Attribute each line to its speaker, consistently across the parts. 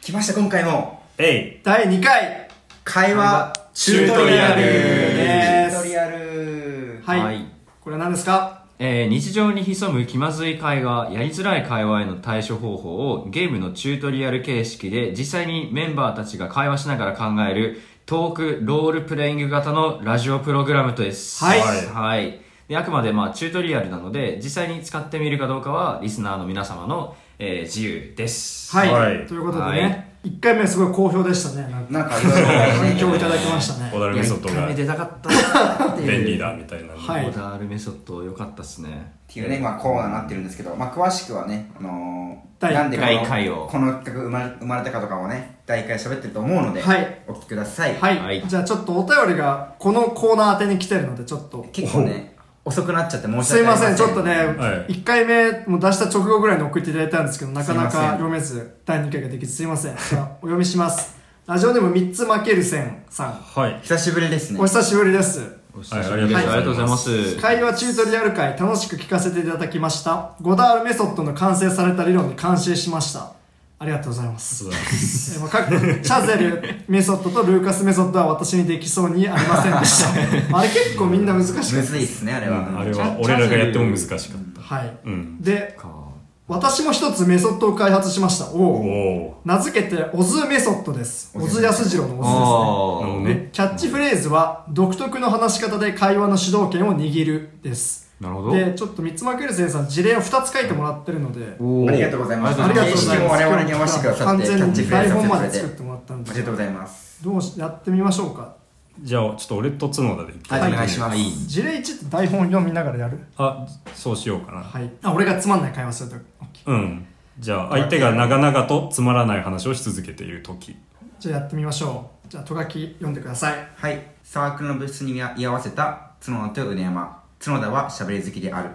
Speaker 1: 来ました、今回も。
Speaker 2: え
Speaker 3: 第2回
Speaker 1: 会話、チ
Speaker 2: チュートリアル
Speaker 3: で
Speaker 1: チュー
Speaker 3: す
Speaker 1: トリアル。
Speaker 3: はい、
Speaker 4: はい
Speaker 3: これは何ですか
Speaker 4: えー日常に潜む気まずい会話、やりづらい会話への対処方法をゲームのチュートリアル形式で実際にメンバーたちが会話しながら考えるトークロールプレイング型のラジオプログラムです。
Speaker 3: はい
Speaker 4: はい。で、あくまでまあチュートリアルなので実際に使ってみるかどうかはリスナーの皆様の、えー自由です。
Speaker 3: はい、
Speaker 2: はい
Speaker 3: ということでね、
Speaker 4: はい
Speaker 3: 1回目はすごい好評でしたねなんか
Speaker 1: なんか、いろいろ
Speaker 3: 反響をいただきました
Speaker 2: ー、オ
Speaker 3: ね
Speaker 2: ダル
Speaker 4: いや
Speaker 2: メソッ
Speaker 4: 一
Speaker 2: ド
Speaker 4: 回
Speaker 2: が
Speaker 4: 目出たかったなーっていう
Speaker 2: 便利だみたいなの
Speaker 3: はい
Speaker 4: オダールメソッド良かったっすね。
Speaker 1: っていうね、まあ、コーナーになってるんですけど、まあ、詳しくはね、あのー、
Speaker 3: 第一
Speaker 1: なんでこの
Speaker 4: 第一回を
Speaker 1: この企画生まれ生まれたかとかもね、第1回喋ってると思うので、
Speaker 3: はい
Speaker 1: お聞きください。
Speaker 3: はい、
Speaker 4: はい
Speaker 3: じゃあちょっとお便りがこのコーナー宛てに来てるのでちょっと
Speaker 1: 結構ね、遅くなっちゃって申し
Speaker 3: すい
Speaker 1: 訳あ
Speaker 3: ま
Speaker 1: り
Speaker 3: せんちょっとね、
Speaker 2: はい
Speaker 3: 1回目もう出した直後ぐらいに送っていただいたんですけどなかな
Speaker 1: すいません
Speaker 3: か読めず第2回ができずすいませんじゃあお読みしますラジオネーム3つ負けるせんさん
Speaker 2: はい
Speaker 1: 久しぶりですね
Speaker 3: お。久しぶりです
Speaker 4: お久しぶりです。
Speaker 2: はい
Speaker 4: ありが
Speaker 2: あり
Speaker 4: と
Speaker 2: がと
Speaker 4: う
Speaker 2: う
Speaker 4: ご
Speaker 2: ご
Speaker 4: ざ
Speaker 2: ざ
Speaker 4: い
Speaker 2: い
Speaker 4: ま。
Speaker 2: ます
Speaker 3: 会話チュートリアル会楽しく聞かせていただきましたゴダールメソッドの完成された理論に感心しましたありがとうございます
Speaker 2: そうだね
Speaker 3: えーまあ、各チャゼルメソッドとルーカスメソッドは私にできそうにありませんでした あれ結構みんな難しかった
Speaker 1: むずいっすね、あれは。
Speaker 2: あれは俺らがやっても難しかった
Speaker 3: はい、
Speaker 2: うん
Speaker 3: で
Speaker 4: か
Speaker 3: 私も一つメソッドを開発しました
Speaker 2: お
Speaker 3: おお
Speaker 2: お
Speaker 3: 名付けてオズメソッドです
Speaker 1: オ
Speaker 3: オ
Speaker 1: ズ
Speaker 3: ズ安次郎のオズですね
Speaker 4: あ
Speaker 2: なるほ
Speaker 4: あ
Speaker 2: ど
Speaker 3: で
Speaker 2: ね
Speaker 3: キャッチフレーズは独特の話し方で会話の主導権を握るです
Speaker 4: なるほど。
Speaker 3: でちょっと三つまける先生さん事例を2つ書いてもらってるので
Speaker 4: おー
Speaker 1: ありがとうございます
Speaker 4: あ
Speaker 3: あ
Speaker 4: り
Speaker 3: り
Speaker 4: が
Speaker 3: が
Speaker 4: と
Speaker 3: と
Speaker 4: う
Speaker 3: う
Speaker 4: ご
Speaker 3: ご
Speaker 4: ざ
Speaker 3: ざ
Speaker 4: いま。
Speaker 3: いますす
Speaker 1: 我々に合わせてくださっ
Speaker 3: 完
Speaker 1: てキャ
Speaker 3: 全
Speaker 1: ッチ
Speaker 3: に
Speaker 1: フレー
Speaker 3: 台
Speaker 1: ズを
Speaker 3: 本ま
Speaker 1: 作っ
Speaker 3: で
Speaker 1: てくれ
Speaker 3: 作っててもらったんで
Speaker 1: ありがとうございます
Speaker 3: どうしやってみましょうか
Speaker 2: じゃあちょっと俺と角田でいき
Speaker 1: はいお願いします
Speaker 3: 事例1って台本読みながらやる
Speaker 2: あそうしようかな
Speaker 3: はいあ俺がつまんない会話すると
Speaker 2: うんじゃあ相手が長々とつまらない話をし続けている時
Speaker 3: じゃあやってみましょうじゃあとがき読んでください
Speaker 1: はいサークルの部室に居合わせた角田と米山角田は喋り好きである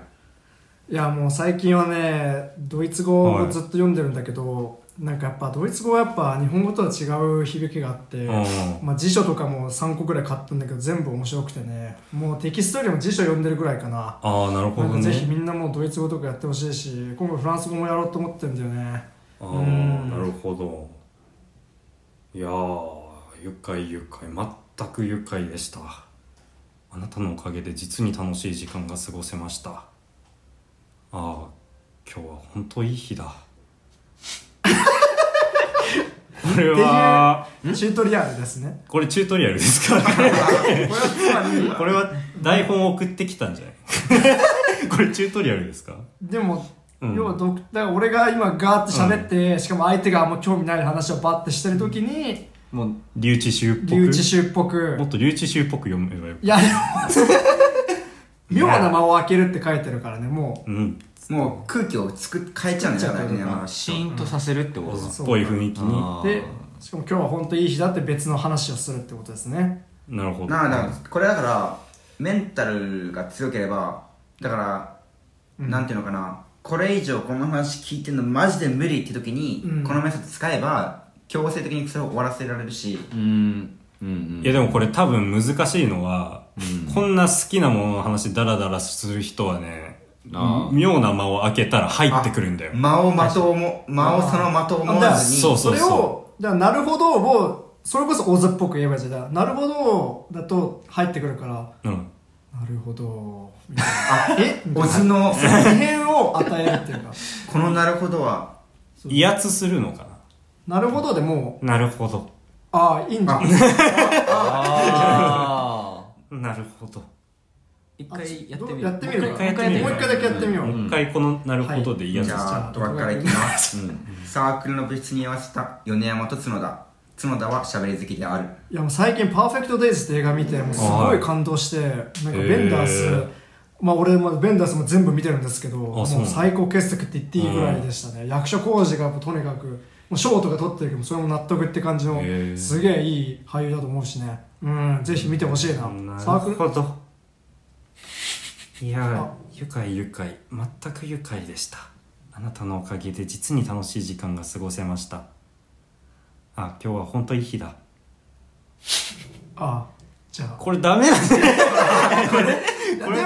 Speaker 3: いやもう最近はねドイツ語
Speaker 2: は
Speaker 3: を
Speaker 2: い
Speaker 3: ずっと読んでるんだけど、なんかやっぱドイツ語はやっぱ日本語とは違う響きがあって、
Speaker 2: うん
Speaker 3: まあ、辞書とかも3個ぐらい買ったんだけど全部面白くてねもうテキストよりも辞書読んでるぐらいかな
Speaker 2: ああなるほ
Speaker 3: なん
Speaker 2: ど
Speaker 3: か
Speaker 2: ね
Speaker 3: ぜひみんなもうドイツ語とかやってほしいし今後フランス語もやろうと思ってんだよね
Speaker 2: ああ
Speaker 3: うん
Speaker 2: なるほどいやー愉快愉快全く愉快でしたあなたのおかげで実に楽しい時間が過ごせましたああ今日は本当いい日だ これは
Speaker 3: チュートリアルですね
Speaker 2: これチュートリアルですから ね
Speaker 3: これはつまり
Speaker 2: これは台本を送ってきたんじゃない これチュートリアルですか
Speaker 3: でも、
Speaker 2: うん
Speaker 3: 要はどだから俺が今ガーって喋って、しかも相手があんま興味ない話をバッてしてる時に
Speaker 4: もう、
Speaker 2: 留置集っぽく
Speaker 3: 留置衆っぽく
Speaker 2: もっと留置集っぽく読めばよ
Speaker 3: いやでも妙な間を開けるって書いてるからねも
Speaker 2: うん
Speaker 1: もう空気をつく変えちゃうんですよね米山は
Speaker 4: シーンとさせるってこと
Speaker 2: っぽい雰囲気に
Speaker 4: あー
Speaker 3: うでしかも今日は本当いい日だって別の話をするってことですね
Speaker 2: なるほど
Speaker 1: なあだからこれだからメンタルが強ければだから、なんていうのかなこれ以上この話聞いてんのマジで無理って時に、
Speaker 3: うん
Speaker 1: このメソッド使えば強制的にそれを終わらせられるし
Speaker 4: うーん。うんうん。
Speaker 2: いやでもこれ多分難しいのは、こんな好きなものの話ダラダラする人はね
Speaker 4: あー
Speaker 2: 妙な間を開けたら入ってくるんだよ
Speaker 1: 間を的をも間をその的を思わずに
Speaker 2: そう
Speaker 3: それをだからなるほどをそれこそオズっぽく言えばいいじゃんだからなるほどだと入ってくるから
Speaker 2: うん
Speaker 3: なるほどみたいなえみたい
Speaker 1: オ
Speaker 3: な
Speaker 1: ズの
Speaker 3: 異変を与えるっていうか
Speaker 1: このなるほどは
Speaker 2: 威圧するのか
Speaker 3: なるほどでもう
Speaker 2: ななるほど
Speaker 3: ああいいんじゃん
Speaker 4: あー
Speaker 2: なるほど
Speaker 4: 一回やってみる。
Speaker 3: やってみるか
Speaker 4: もう一回やってみる
Speaker 3: もう一回だけやってみよう、
Speaker 2: もう一回この「なるほど」で
Speaker 1: じ
Speaker 2: 威圧しちゃう、
Speaker 1: ゃあドアからいきます、サークルの部室に合わせた米山と角田角田は喋り好きである
Speaker 3: いやもう最近「パーフェクト・デイズ」って映画見てもうすごい感動してなんかベンダース、
Speaker 2: へー
Speaker 3: まあ俺もベンダースも全部見てるんですけどもう
Speaker 2: そうなんだ
Speaker 3: 最高傑作って言っていいぐらいでしたね、役所広司がもうとにかくもう賞とか取ってるけどそれも納得って感じの
Speaker 2: へー
Speaker 3: すげえいい俳優だと思うしねうんぜひ見てほしいなサ
Speaker 2: な
Speaker 3: ー
Speaker 2: る
Speaker 3: クル
Speaker 2: ほどい
Speaker 3: あ
Speaker 2: や愉快愉快全く愉快でしたあなたのおかげで実に楽しい時間が過ごせましたあ今日は本当いい日だ
Speaker 3: あじゃあ
Speaker 2: これダメなんだよ
Speaker 3: これでもま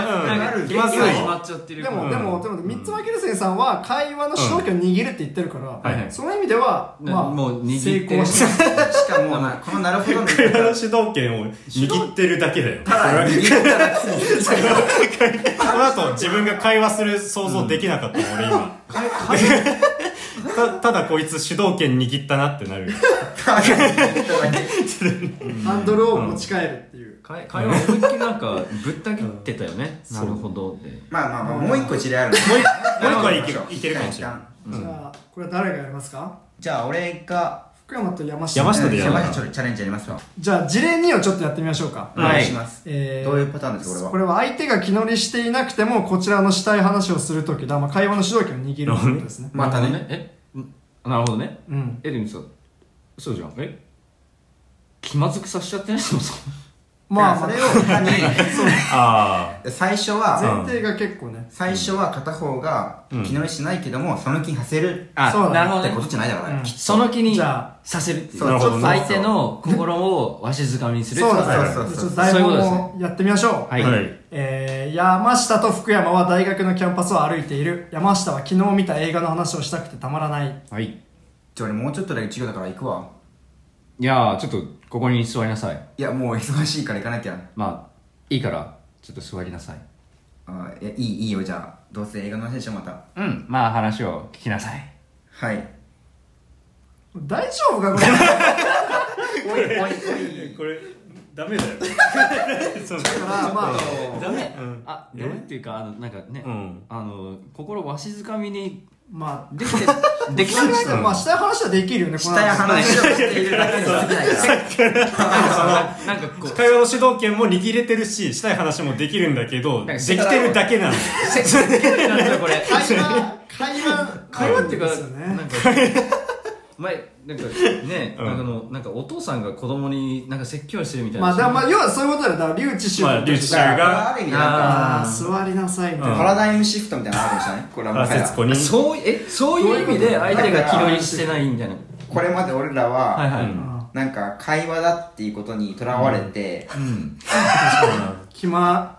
Speaker 3: あ
Speaker 1: うん
Speaker 4: なんか
Speaker 1: 気
Speaker 4: 気
Speaker 1: ま
Speaker 4: ま
Speaker 1: ず
Speaker 4: ず
Speaker 1: い
Speaker 4: い決まっちゃってる
Speaker 3: でも、
Speaker 4: うん
Speaker 3: でも、でも、ミッツ・マイケルセンさんは会話の主導権を握るって言ってるから、
Speaker 4: はいはい
Speaker 3: その意味では、
Speaker 4: ね
Speaker 3: まあ、
Speaker 4: もう握って
Speaker 3: 成功し てる。
Speaker 1: しかもなこのなるほどの言い
Speaker 2: 会話
Speaker 1: 方
Speaker 2: の主導権を握ってるだけだよ。
Speaker 1: ただ握っただけに
Speaker 2: この後自分が会話する想像できなかったの、俺今。 たただこいつ主導権握ったなってなる。
Speaker 1: ただ握っただけ
Speaker 3: ハンドルを持ち帰るっていう。
Speaker 4: 会会話思いっきりなんかぶった切ってたよね、なるほどって
Speaker 1: まあまあまあもう一個事例あるもう
Speaker 2: もう一個もう一個はいけるいけるかもしれない。
Speaker 3: じゃあ、これは誰がやりますか
Speaker 1: じゃあ俺が
Speaker 3: 福山と山下。
Speaker 2: 山下でやる
Speaker 1: うん山下チャレンジやりますわ
Speaker 3: じゃあ、事例2をちょっとやってみましょうか。
Speaker 1: お
Speaker 4: はい
Speaker 1: 願いします
Speaker 3: えー
Speaker 1: どういうパターンですか
Speaker 3: こ
Speaker 1: 俺は
Speaker 3: れは相手が気乗りしていなくても、こちらのしたい話をするときだ。まあ、会話の主導権を握るってことですね。
Speaker 1: またね
Speaker 4: えなるほどね
Speaker 3: うん。
Speaker 4: えでもさそうじゃんえ気まずくさせちゃってないそもそも
Speaker 3: まあ、ま
Speaker 1: そ
Speaker 3: あ
Speaker 1: れ、を他 に
Speaker 2: あ
Speaker 1: 最初は
Speaker 3: 前提が結構ね。
Speaker 1: 最初は片方が
Speaker 2: うん
Speaker 1: 気乗りしないけどもその気にさせる
Speaker 4: あ
Speaker 3: そう
Speaker 4: な
Speaker 3: だね
Speaker 4: る
Speaker 1: っ
Speaker 4: ほど
Speaker 1: て
Speaker 4: ね
Speaker 1: ことじゃないだろう
Speaker 3: う
Speaker 1: ね
Speaker 3: ん
Speaker 1: きっと
Speaker 4: その気に
Speaker 3: じゃ
Speaker 4: させるっていう
Speaker 1: そうなるほどね
Speaker 4: 相手の心をわしづかみにする
Speaker 3: そうだね。
Speaker 1: そうそうそう
Speaker 3: じゃあちょっと台
Speaker 4: そういうこと
Speaker 3: 本をやってみましょう。
Speaker 4: は
Speaker 2: あ。
Speaker 4: い、
Speaker 2: はい。
Speaker 3: えー山下と福山は大学のキャンパスを歩いている山下は昨日見た映画の話をしたくてたまらない
Speaker 4: はい、
Speaker 1: じゃあ俺もうちょっとだけ授業だから行くわ
Speaker 4: いやーちょっとここに座りなさい
Speaker 1: いやもう忙しいから行かなきゃ
Speaker 4: まあいいからちょっと座りなさい
Speaker 1: あいやいいいいよじゃあどうせ映画の話でしょまた
Speaker 4: うんまあ話を聞きなさい
Speaker 1: はい
Speaker 3: 大丈夫かこれ
Speaker 1: おいおいおい
Speaker 2: これ、ダメだよ。 そう
Speaker 3: まあまあ
Speaker 4: ダメ
Speaker 2: うん
Speaker 4: あダメっていうかあのなんかね、
Speaker 2: うん
Speaker 4: あの心わしづかみに
Speaker 3: ま
Speaker 4: できてでき
Speaker 3: あ
Speaker 4: てる
Speaker 3: なんかまあしたい話はできるよねこの
Speaker 1: したい話をしているだけに過ぎないから
Speaker 4: なんかこう
Speaker 2: 会話の主導権も握れてるし、したい話もできるんだけど、
Speaker 4: な
Speaker 2: で
Speaker 4: んか
Speaker 2: きてるだけなの。
Speaker 4: なんですよこれ
Speaker 3: 会話会話
Speaker 4: 会話っていうか、
Speaker 3: ですよ
Speaker 4: なん
Speaker 3: ね
Speaker 4: か前なんかね、
Speaker 2: うん
Speaker 4: なんかあのなんかお父さんが子供になんか説教してるみたいな
Speaker 3: まあだからまあ要はそういうことだよだから留置しよう
Speaker 2: まあ留置し
Speaker 1: だからある意味なんか
Speaker 3: あー座りなさいみたい
Speaker 2: うん
Speaker 1: パ
Speaker 3: な、
Speaker 1: ラダイムシフトみたいなのあるんじゃないこれはも
Speaker 2: あ、
Speaker 1: う彼ら
Speaker 2: 節子に。
Speaker 4: そうえそういう意味で相手が気取りしてないみたいな
Speaker 1: これまで俺ら
Speaker 4: はい
Speaker 1: は
Speaker 4: はい、
Speaker 2: うん
Speaker 3: あ
Speaker 1: なんか会話だっていうことにとらわれて
Speaker 4: うん、
Speaker 3: ー気ま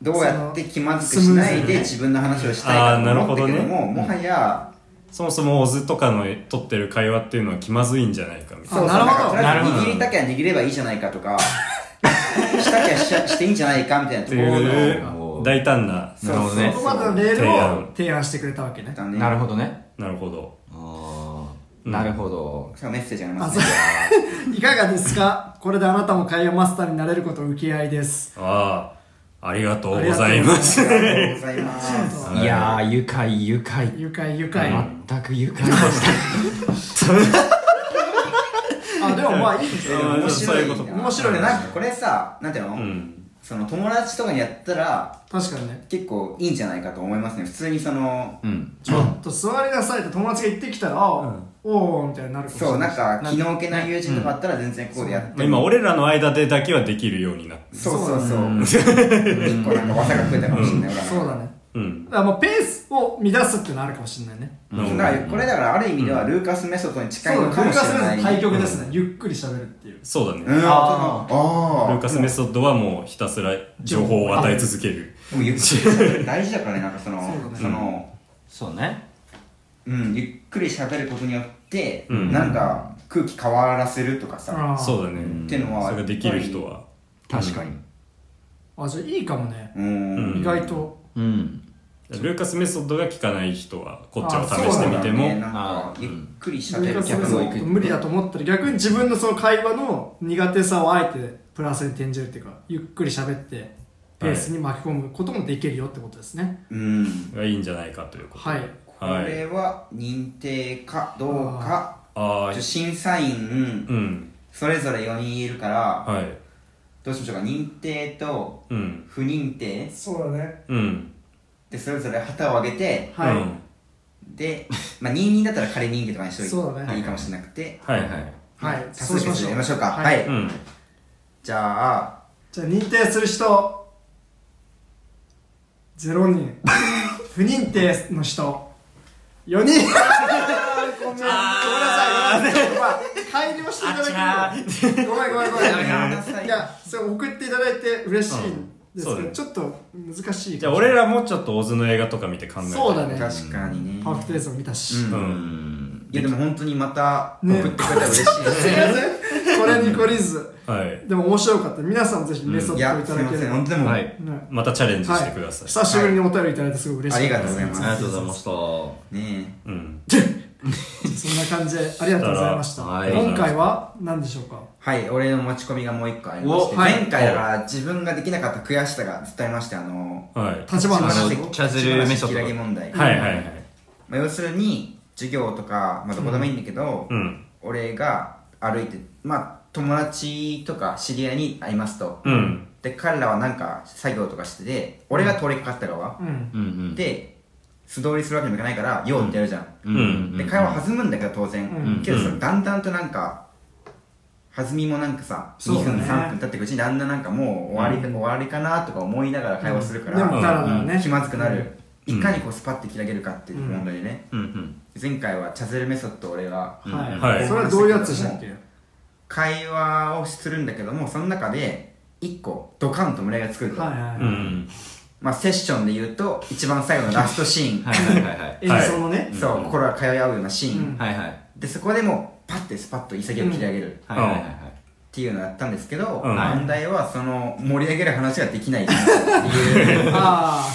Speaker 1: どうやって気まずくしないで自分の話をしたいかと思ったけど
Speaker 2: あーなるほ
Speaker 1: も
Speaker 2: どね
Speaker 1: もはや
Speaker 2: そもそもオズとかの取ってる会話っていうのは気まずいんじゃないかみたい
Speaker 1: そ
Speaker 2: な。
Speaker 1: うそう
Speaker 3: なるほど
Speaker 1: だから
Speaker 2: なるほど
Speaker 1: 握りたきゃ握ればいいじゃないかとかしたきゃししていいんじゃないかみたいな
Speaker 2: っ
Speaker 1: と
Speaker 2: て
Speaker 1: ころ
Speaker 2: い
Speaker 1: の
Speaker 2: う大胆な。
Speaker 1: そう
Speaker 4: なるほどね
Speaker 3: そこまでのレール
Speaker 2: 提
Speaker 3: を
Speaker 2: 案
Speaker 3: 提案してくれたわけね
Speaker 1: だね
Speaker 4: なるほどね
Speaker 2: なるほど。
Speaker 4: ああ
Speaker 2: うん
Speaker 4: なるほど、
Speaker 1: しかもメッセージがあり
Speaker 3: あ
Speaker 1: ます
Speaker 3: そう
Speaker 1: ね
Speaker 3: いかがですかこれであなたも会話マスターになれること受け合いです
Speaker 2: ああ、ありがとうございます。
Speaker 1: ありがとうございます
Speaker 2: はい
Speaker 4: いやー愉快愉快
Speaker 3: 愉快愉快、
Speaker 4: 全く愉快でした
Speaker 3: あでもまあいいです
Speaker 2: あ
Speaker 3: よ
Speaker 2: ー
Speaker 1: 面白い
Speaker 2: そういうこと
Speaker 1: な
Speaker 3: 面白いね
Speaker 1: なんかこれさなんていうの、
Speaker 2: うん。
Speaker 1: その友達とかにやったら
Speaker 3: 確かにね
Speaker 1: 結構いいんじゃないかと思いますね普通にその
Speaker 4: うん
Speaker 3: ちょっと座りなさいって友達が言ってきたら、あおーみたいになるかもしれ
Speaker 1: そう
Speaker 3: ない
Speaker 1: なんか気の置けない友人とかあったら全然こうでやって
Speaker 2: まあ今、俺らの間でだけはできるようになって。
Speaker 1: そうそうそう結構なんか技が増えたかもしれない俺は
Speaker 3: そうだね
Speaker 2: うん
Speaker 3: だ。からもうペースを乱すっていうのあるかもしれないね
Speaker 2: なるほ
Speaker 1: だ
Speaker 2: ど
Speaker 1: からこれだからある意味ではルーカスメソッドに
Speaker 3: そ
Speaker 1: 近
Speaker 3: う
Speaker 1: いの
Speaker 3: だ
Speaker 1: か
Speaker 3: ル
Speaker 1: も
Speaker 3: ー
Speaker 1: し
Speaker 3: カス
Speaker 1: れ
Speaker 3: メ
Speaker 1: な
Speaker 3: の
Speaker 1: い
Speaker 3: 対局ですね、ゆっくり喋るっていう
Speaker 2: そうだね。
Speaker 1: う
Speaker 2: ル
Speaker 1: んああ
Speaker 2: ーカスメソッドはもうひたすら情報を与え続ける。
Speaker 1: もうゆっくり喋る大事だからねなんかその
Speaker 3: そうだね
Speaker 1: その
Speaker 4: そうね
Speaker 1: うんゆっくり喋ることによって
Speaker 2: うん
Speaker 1: なんか空気変わらせるとかさ
Speaker 3: あー
Speaker 2: そうだ
Speaker 1: っ
Speaker 2: ね。
Speaker 1: てのは
Speaker 2: それができる人は。
Speaker 4: 確かに
Speaker 3: あじゃあいいかもね、
Speaker 1: うん
Speaker 2: ん
Speaker 3: 意外と
Speaker 4: うん、
Speaker 2: ルーカスメソッドが効かない人は、こっちを試してみて
Speaker 1: そうだね
Speaker 2: も。
Speaker 1: なんか
Speaker 4: あー
Speaker 1: ゆっくり
Speaker 3: ルー
Speaker 1: 喋
Speaker 3: カ
Speaker 1: る
Speaker 3: スメ
Speaker 1: 客
Speaker 3: ソ
Speaker 1: も
Speaker 4: う
Speaker 1: い
Speaker 4: ん
Speaker 3: ッド無理だと思ったら逆に自分のその会話の苦手さをあえてプラスに転じるっていうかゆっくり喋ってペースに巻き込むこともできるよってことですね
Speaker 1: うん
Speaker 2: がいいんじゃないかということ。
Speaker 3: はい、
Speaker 1: これは認定かどうか
Speaker 2: ああ
Speaker 1: ちょ、審査員
Speaker 2: うん。
Speaker 1: それぞれ4人いるから
Speaker 2: はい。
Speaker 1: どうしましょうか認定と
Speaker 2: うん。
Speaker 1: 不認定
Speaker 3: そうだね
Speaker 2: うん。
Speaker 1: でそれぞれ旗を上げて
Speaker 3: はい、
Speaker 2: うん
Speaker 1: で、まあ、2人だったら仮認定とかにしとい
Speaker 3: そうだ
Speaker 1: て、
Speaker 3: ね
Speaker 1: いいかもしれなくて
Speaker 2: はいはい。
Speaker 3: はい
Speaker 1: 多数決でやりましょうか
Speaker 3: は
Speaker 1: はいい、
Speaker 2: うん。
Speaker 1: じゃあ
Speaker 3: じゃあ認定する人0人 不認定の人4人ごめんごめんなさいごめんなさいまあ改良していただけるよごめんごめんごめん
Speaker 1: やめてください
Speaker 3: いやそれ送っていただいて嬉しいです
Speaker 2: そう
Speaker 3: けど、
Speaker 2: だね
Speaker 3: ちょっと難しい
Speaker 2: じゃあ俺らもちょっとオズの映画とか見て考えたい
Speaker 3: そうだね
Speaker 1: 確かにね
Speaker 3: パーフェクトデイズも見たし、
Speaker 1: うん、うん、いやでも本当にまた送
Speaker 3: ね
Speaker 1: ってくれたら嬉しい です
Speaker 3: すいませんこれに懲りず
Speaker 2: はい
Speaker 3: でも面白かった皆さんもぜひメソ
Speaker 1: い
Speaker 3: ッド
Speaker 1: や
Speaker 3: い
Speaker 1: す
Speaker 3: た
Speaker 1: い
Speaker 3: だ
Speaker 1: ま
Speaker 3: け
Speaker 1: せ
Speaker 3: れ
Speaker 1: ん
Speaker 3: ば
Speaker 1: 本当でも、
Speaker 4: はい
Speaker 3: ね
Speaker 2: またチャレンジしてください、
Speaker 3: 久しぶりにお便りいただいてすごい嬉しい、
Speaker 1: ありがとうございます
Speaker 4: ありがとうございました。
Speaker 1: ね
Speaker 2: うん
Speaker 3: そんな感じでありがとうございました、
Speaker 4: はい
Speaker 3: 今回は何でしょうか
Speaker 1: はい俺の持ち込みがもう一個ありまして、
Speaker 3: おはい
Speaker 1: 前回だから自分ができなかった悔しさが伝えましてあの
Speaker 2: はい
Speaker 3: 立花
Speaker 1: 島
Speaker 3: さん
Speaker 1: の
Speaker 4: の茶汁メソッド
Speaker 1: 島の引き上げ問題、
Speaker 2: はいはいはい
Speaker 1: まあ、要するに授業とか、まあ、どこでもいいんだけど、
Speaker 2: うん
Speaker 1: 俺が歩いてまあ友達とか知り合いに会いますと、
Speaker 2: うん
Speaker 1: で彼らはなんか作業とかしてて俺が通りかかった側、
Speaker 3: うん
Speaker 4: うんうん。
Speaker 1: で素通りするわけにもいかないから「よう」ってやるじゃん、
Speaker 4: うんうん。
Speaker 1: で会話弾むんだけど当然、
Speaker 3: うん
Speaker 1: けどさ
Speaker 2: うん
Speaker 1: だんだんとなんか弾みもなんかさ、
Speaker 3: そう
Speaker 1: 2
Speaker 3: だね
Speaker 1: 分3分経ってくうちにだんだんなんかもう終わり,、終わりかなとか思いながら会話するか
Speaker 3: で
Speaker 1: ら、
Speaker 3: もダラダラね
Speaker 1: 気まずくなる、
Speaker 2: うん
Speaker 1: いかにこうスパッて切り上げるかっていう問題でね、
Speaker 4: うんうん。
Speaker 1: 前回はチャズルメソッドを俺は
Speaker 3: はい、
Speaker 2: はい
Speaker 3: それはどういうやつでしたっけ
Speaker 1: 会話をするんだけどもその中で1個ドカンと胸がつくと、
Speaker 3: はいはい、
Speaker 2: うん
Speaker 1: まあ、セッションで言うと一番最後のラストシーン、
Speaker 4: はいはいはいはい。
Speaker 3: 演奏のね、
Speaker 1: そう心が通い合うようなシーン、
Speaker 3: うん
Speaker 4: はいはい。
Speaker 1: でそこでもうパッてスパッと潔く切り上げる、
Speaker 4: はいはいはいはい。
Speaker 1: っていうのをやったんですけど、
Speaker 2: うん
Speaker 1: 問題はその盛り上げる話ができないっていう
Speaker 3: あ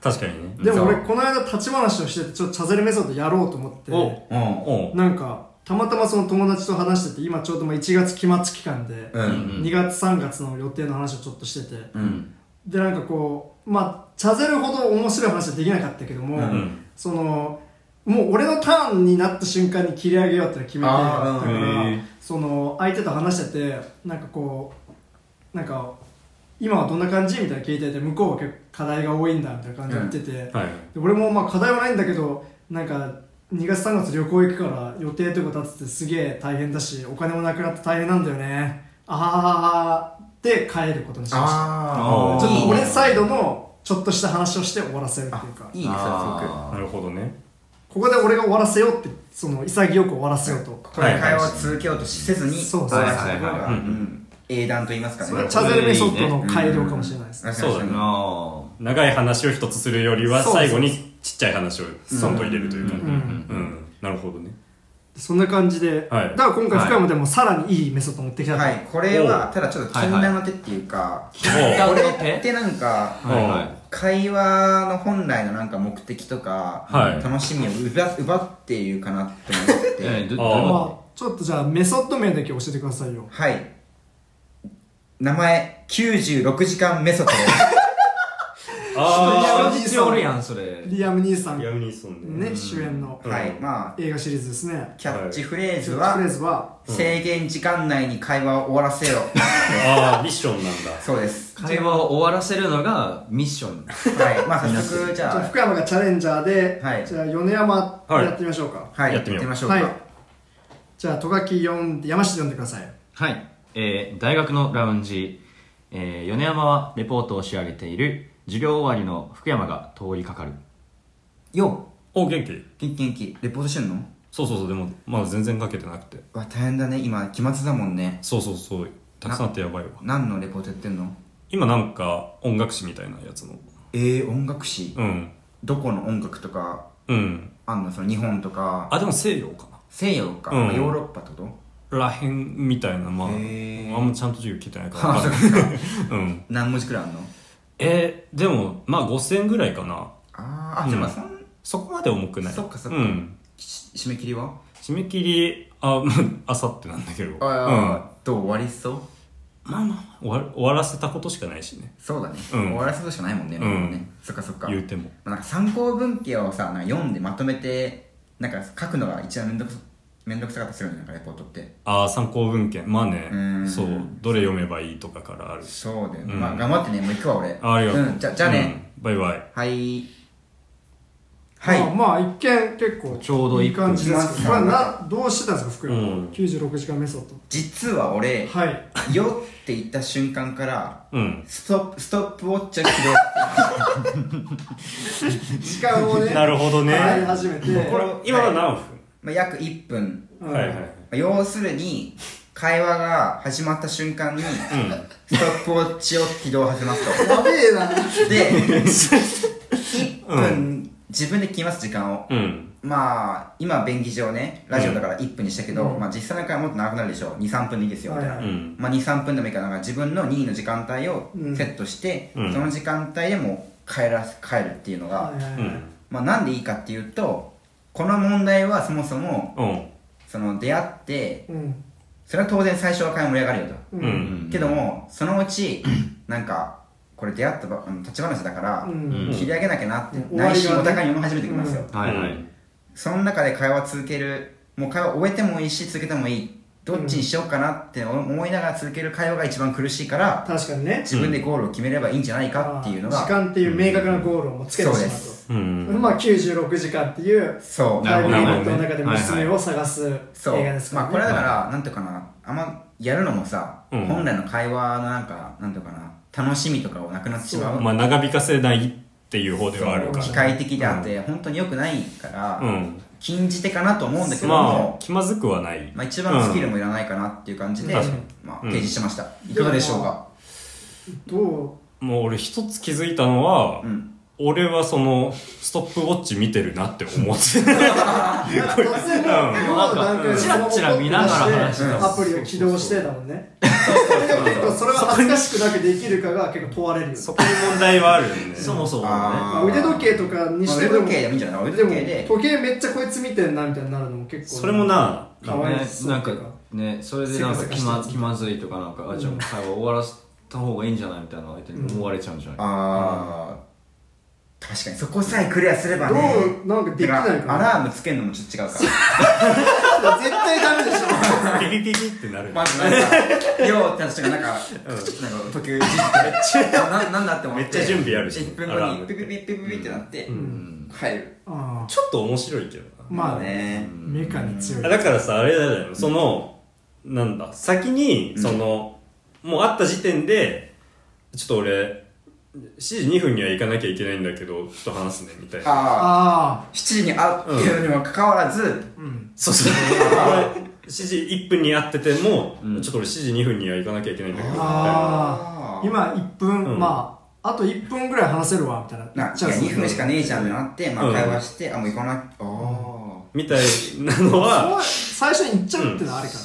Speaker 2: 確かにね
Speaker 3: あでも俺
Speaker 1: そう
Speaker 3: この間立ち話をしててちょっとチャゼルメソッドやろうと思って
Speaker 4: お
Speaker 1: うん
Speaker 2: おう
Speaker 3: なんかたまたまその友達と話してて今ちょうどまあ1月期末期間で、
Speaker 1: うん
Speaker 4: ん
Speaker 3: 2月3月の予定の話をちょっとしてて、
Speaker 1: うん
Speaker 3: でなんかこうまあチャゼルほど面白い話はできなかったけども、
Speaker 1: う
Speaker 2: うん
Speaker 3: そのもう俺のターンになった瞬間に切り上げようっての決めてだ
Speaker 1: あー
Speaker 3: か
Speaker 2: うんへ
Speaker 3: ら
Speaker 2: ー
Speaker 3: その相手と話しててなんかこうなんか今はどんな感じみたいな聞いてて向こうは結構課題が多いんだみたいな感じで言ってて、で
Speaker 2: はい
Speaker 3: 俺もまあ課題はないんだけどなんか2月3月旅行行くから予定とか立ててすげえ大変だしお金もなくなって大変なんだよねあはははで帰ることにしました
Speaker 1: あ
Speaker 2: ー
Speaker 1: あ
Speaker 3: ちょっと
Speaker 1: いい
Speaker 3: 俺
Speaker 1: ね
Speaker 3: サイドのちょっとした話をして終わらせるっていうか
Speaker 1: いいねそれすごく
Speaker 2: なるほどね
Speaker 3: ここで俺が終わらせようってその潔く終わらせようと、
Speaker 1: これ会話を続けようとせずに
Speaker 3: そう
Speaker 1: 終わらせ
Speaker 4: はい
Speaker 1: た
Speaker 4: は
Speaker 1: 方
Speaker 4: いは
Speaker 1: がう
Speaker 4: い
Speaker 1: ん英断と言いますかね
Speaker 3: それはチャゼルメソッドの改良かもしれないです、
Speaker 1: うん
Speaker 2: そうだね
Speaker 4: あ
Speaker 2: 長い話を一つするよりは
Speaker 3: そうそう
Speaker 2: 最後にちっちゃい話をそんと入れるという
Speaker 3: う
Speaker 2: か
Speaker 3: ん
Speaker 2: うんなるほどね
Speaker 3: そんな感じで、
Speaker 2: はい
Speaker 3: だから今回深山でもさらにいいメソッド持ってきたと、
Speaker 1: はいこれはただちょっと禁断の手っていうか
Speaker 2: はい
Speaker 4: はい
Speaker 1: 俺
Speaker 4: 禁断の手
Speaker 1: ってなんか
Speaker 4: あ。はいはい。
Speaker 1: 会話の本来のなんか目的とか、
Speaker 2: はい
Speaker 1: 楽しみを奪奪っているかなって思っ て
Speaker 4: えー、ど、
Speaker 2: あー
Speaker 4: ど
Speaker 3: まあ、ちょっとじゃあメソッド名だけ教えてくださいよ
Speaker 1: はい。名前、96時間メソッドです。
Speaker 2: あ
Speaker 4: ういう必要あるやん、それ。
Speaker 3: リアム兄さ
Speaker 2: あ
Speaker 3: ん
Speaker 2: リア
Speaker 3: ね
Speaker 2: ム・ニーソンね
Speaker 3: 主演の
Speaker 2: うん
Speaker 1: はい。まあ、
Speaker 3: 映画シリーズですね
Speaker 1: キャッチフレー
Speaker 3: キ
Speaker 1: ズ
Speaker 3: ャッチ
Speaker 1: は
Speaker 3: フレ、ーズは
Speaker 1: 制限時間内に会話を終わらせよ。
Speaker 2: ああミッションなんだ
Speaker 1: そうです。
Speaker 4: 会話を終わらせるのがミッション。
Speaker 1: はい。まあ、早速、じ
Speaker 3: じゃあ
Speaker 1: ゃ
Speaker 3: 福山がチャレンジャーで、
Speaker 1: はい
Speaker 3: じゃあ米山
Speaker 2: はい
Speaker 3: やってみましょうか
Speaker 1: あ、はい。
Speaker 2: やってみよう
Speaker 1: ましょうか。
Speaker 3: はい、じゃあトガキ読んで山下読んでください
Speaker 4: はい、えー大学のラウンジ、えー米山はレポートを仕上げている授業終わりの福山が通りかかる
Speaker 1: よ
Speaker 2: お元気
Speaker 1: っ、元気元気。レポートしてんの
Speaker 2: そうそうそうでもまだ全然かけてなくて
Speaker 1: うわ、大変だね。今、期末だもんね。
Speaker 2: そうそうそうたくさんあってやばいわ
Speaker 1: 何のレポートやってんの
Speaker 2: 今なんか音楽誌みたいなやつの
Speaker 1: えー、音楽史。
Speaker 2: うん
Speaker 1: どこの音楽とか、
Speaker 2: うん
Speaker 1: あんのその日本とか、
Speaker 2: あでも西洋か
Speaker 1: 西洋か、
Speaker 2: うん
Speaker 1: ヨーロッパってこと
Speaker 2: ならへんみたいなまああ
Speaker 1: へー
Speaker 2: んまちゃんと授業聞いてないから
Speaker 1: あ、
Speaker 2: わか
Speaker 1: そ
Speaker 2: ん
Speaker 1: う
Speaker 2: ない
Speaker 1: ですか。
Speaker 2: うん
Speaker 1: 何文字くらいあんの
Speaker 2: えーでもまあ5000ぐらいかな
Speaker 1: あーあ、じゃあまあ、
Speaker 2: うん
Speaker 1: そん
Speaker 2: そこまで重くない
Speaker 1: そっかそっか
Speaker 2: うん、
Speaker 1: し締め切りは
Speaker 2: 締め切りあ あさってなんだけど
Speaker 1: あ、うん、どう終わりそう
Speaker 2: うん、まあまあまあ終わる終わらせたことしかないしね
Speaker 1: そうだね、
Speaker 2: うん
Speaker 1: 終わらせるしかないもんね,、
Speaker 2: うん
Speaker 1: もうねそっかそっか
Speaker 2: 言うても
Speaker 1: なんか参考文献をさなんか読んでまとめてなんか書くのが一番めんどくさめんどくさかったりするよねなんかレポートって
Speaker 2: ああ参考文献まあね
Speaker 1: うん
Speaker 2: そうどれ読めばいいとかからあるし
Speaker 1: そうだよ、ね
Speaker 2: うん
Speaker 1: まあ頑張ってねもう行くわ俺
Speaker 2: あありがとう、
Speaker 1: ん、じゃじゃあね、、
Speaker 2: バイバイ
Speaker 1: はいはい、
Speaker 3: まあ、まあ一見結構
Speaker 4: ちょうどいい
Speaker 3: いい感じですけど、
Speaker 1: う
Speaker 3: まあ、
Speaker 1: ん
Speaker 3: などうしてたんですか福山、
Speaker 2: うん
Speaker 3: 96時間メソッド
Speaker 1: 実は俺
Speaker 3: はい
Speaker 1: よって言った瞬間から
Speaker 2: うん
Speaker 1: ストップストップウォッチを切ろう
Speaker 3: 時間をね
Speaker 2: なるほどね
Speaker 3: 払い始めて
Speaker 2: これ今は何分、
Speaker 1: まあ、約1分、
Speaker 3: うん
Speaker 2: はいはい
Speaker 1: まあ、要するに会話が始まった瞬間に、ストップウォッチを起動させますと。
Speaker 3: やべえな。
Speaker 1: で、1分、自分で決めます、時間を。
Speaker 2: うん
Speaker 1: まあ、今、便宜上ね、ラジオだから1分にしたけど、
Speaker 3: うん
Speaker 1: まあ実際の会話もっと長くなるでしょう。2、3分でいいですよ、みたいな。
Speaker 3: は
Speaker 2: う
Speaker 3: い
Speaker 2: ん
Speaker 1: まあ、23分でもいいからなんか自分の任意の時間帯をセットして、
Speaker 2: うん
Speaker 1: その時間帯でも帰らす帰るっていうのが、
Speaker 3: はいは
Speaker 2: う
Speaker 3: いはい
Speaker 2: ん
Speaker 1: まあ、なんでいいかっていうとこの問題はそもそも
Speaker 2: うん
Speaker 1: その出会って
Speaker 3: うん。
Speaker 1: それは当然最初は会話盛り上がるよ
Speaker 3: う。
Speaker 2: うん
Speaker 1: とけどもそのうちなんかこれ出会ったば立ち話だから
Speaker 3: う、
Speaker 4: うん
Speaker 3: ん。
Speaker 1: 切り上げなきゃなって、
Speaker 3: うん
Speaker 1: 内
Speaker 3: 終
Speaker 1: 心お
Speaker 3: わりがね
Speaker 1: 互いに読み始めてきますよ、
Speaker 3: うん
Speaker 4: はいはい、
Speaker 1: その中で会話続けるもう会話終えてもいいし続けてもいいどっちにしようかなって思いながら続ける会話が一番苦しいから、
Speaker 3: 確かにね。
Speaker 1: 自分でゴールを決めればいいんじゃないかっていうの
Speaker 3: 時
Speaker 1: が、
Speaker 3: 間っていう明確なゴールをもうつけて
Speaker 1: そう
Speaker 3: しま
Speaker 1: で
Speaker 3: う
Speaker 1: す
Speaker 2: う
Speaker 3: と。
Speaker 2: ん
Speaker 3: まあ、96時間っていう
Speaker 1: そ
Speaker 4: な
Speaker 1: う
Speaker 4: る
Speaker 3: タイ
Speaker 4: ほど
Speaker 3: ムリ
Speaker 4: なるほ
Speaker 3: ミット
Speaker 4: ど
Speaker 3: の中で娘を探す
Speaker 1: そう
Speaker 3: 映画ですから、
Speaker 1: まあこれはだからなんとかなあんまやるのもさ、
Speaker 2: うん
Speaker 1: 本来の会話のなんかなんとかな楽しみとかをなくなってしまう
Speaker 2: まあ長引かせないっていう方ではあるか
Speaker 1: 機
Speaker 2: ら
Speaker 1: 械的であって、本当に良くないから、
Speaker 2: うん
Speaker 1: 禁じ手かなと思うんだけど
Speaker 2: まあ
Speaker 1: も、
Speaker 2: 気まずくはない
Speaker 1: まあ、一番スキルもいらないかなっていう感じで、
Speaker 2: うん確かに
Speaker 1: まあ、
Speaker 2: うん
Speaker 1: 提示しました、いかがでしょうか、
Speaker 3: ど
Speaker 2: もう俺一つ気づいたのは
Speaker 1: うん、
Speaker 2: 俺はそのストップウォッチ見てるなって思って
Speaker 3: う突然今の段階で
Speaker 4: チラチラ見ながら話
Speaker 1: して
Speaker 3: アプリを起動してだもんねでも結構それは恥ずかしくなくできるかが結構問われるよ
Speaker 2: そこに問題はあるよね
Speaker 4: そもそもね
Speaker 1: あ
Speaker 3: まあ腕時計とかに
Speaker 1: まあ
Speaker 3: して
Speaker 1: 腕
Speaker 3: も
Speaker 1: 時計でもいいんじゃない腕時
Speaker 3: でも
Speaker 1: 計で
Speaker 3: 時計めっちゃこいつ見てんなみたいになるのも結構
Speaker 2: それもな
Speaker 3: かわいそう
Speaker 4: なん
Speaker 3: って
Speaker 4: か
Speaker 3: いうか
Speaker 4: ねそれでなんか
Speaker 3: せかせか
Speaker 4: 気
Speaker 3: して
Speaker 4: ま
Speaker 3: る
Speaker 4: 気まずいとかなんかあじゃあもう会話終わらせた方がいいんじゃないみたいな相手に思われちゃうんじゃないか、
Speaker 1: あー確かにそこさえクリアすれば
Speaker 3: ど
Speaker 1: ね
Speaker 3: うなんかできない
Speaker 1: だから
Speaker 3: か
Speaker 1: ア
Speaker 3: な
Speaker 1: ラームつけるのもちょっと違うから
Speaker 3: 絶対ダメでしょ
Speaker 2: ピピピピってなる
Speaker 1: まずなんか、ようって話がなんか、なんか時計じって、ななんだって思って。
Speaker 2: めっちゃ準備あるし
Speaker 1: 1分
Speaker 2: アラ
Speaker 1: 後
Speaker 2: ーム
Speaker 1: に、ピピピピピピってなって、
Speaker 4: うん
Speaker 1: 入る。
Speaker 3: あ
Speaker 2: ちょっと面白いけどな
Speaker 3: あまあね
Speaker 1: ね。
Speaker 3: メカに強い
Speaker 2: あだからさあれだよその、なんだ先にその、もう会った時点でちょっと俺7時2分には行かなきゃいけないんだけどちょっと話すねみたいな
Speaker 1: ああ、
Speaker 3: ああ
Speaker 1: 7時に会うっていうのにもかかわらず、
Speaker 3: うん
Speaker 2: そうそう 俺7時1分に会ってても、
Speaker 4: うん
Speaker 2: ちょっと俺7時2分には行かなきゃいけないんだけどみたいな
Speaker 3: ああ
Speaker 1: 今、
Speaker 3: 今1分、
Speaker 2: うん
Speaker 3: まああと1分ぐらい話せるわみたいな
Speaker 1: な、じゃあ
Speaker 3: そう
Speaker 1: 2分しかねえじゃんってなって、ま
Speaker 2: う
Speaker 1: あ
Speaker 2: ん
Speaker 1: 会話して、あ、もう行かない。あ
Speaker 2: みたいなの は
Speaker 3: そう最初に言っちゃうってのはあれかな、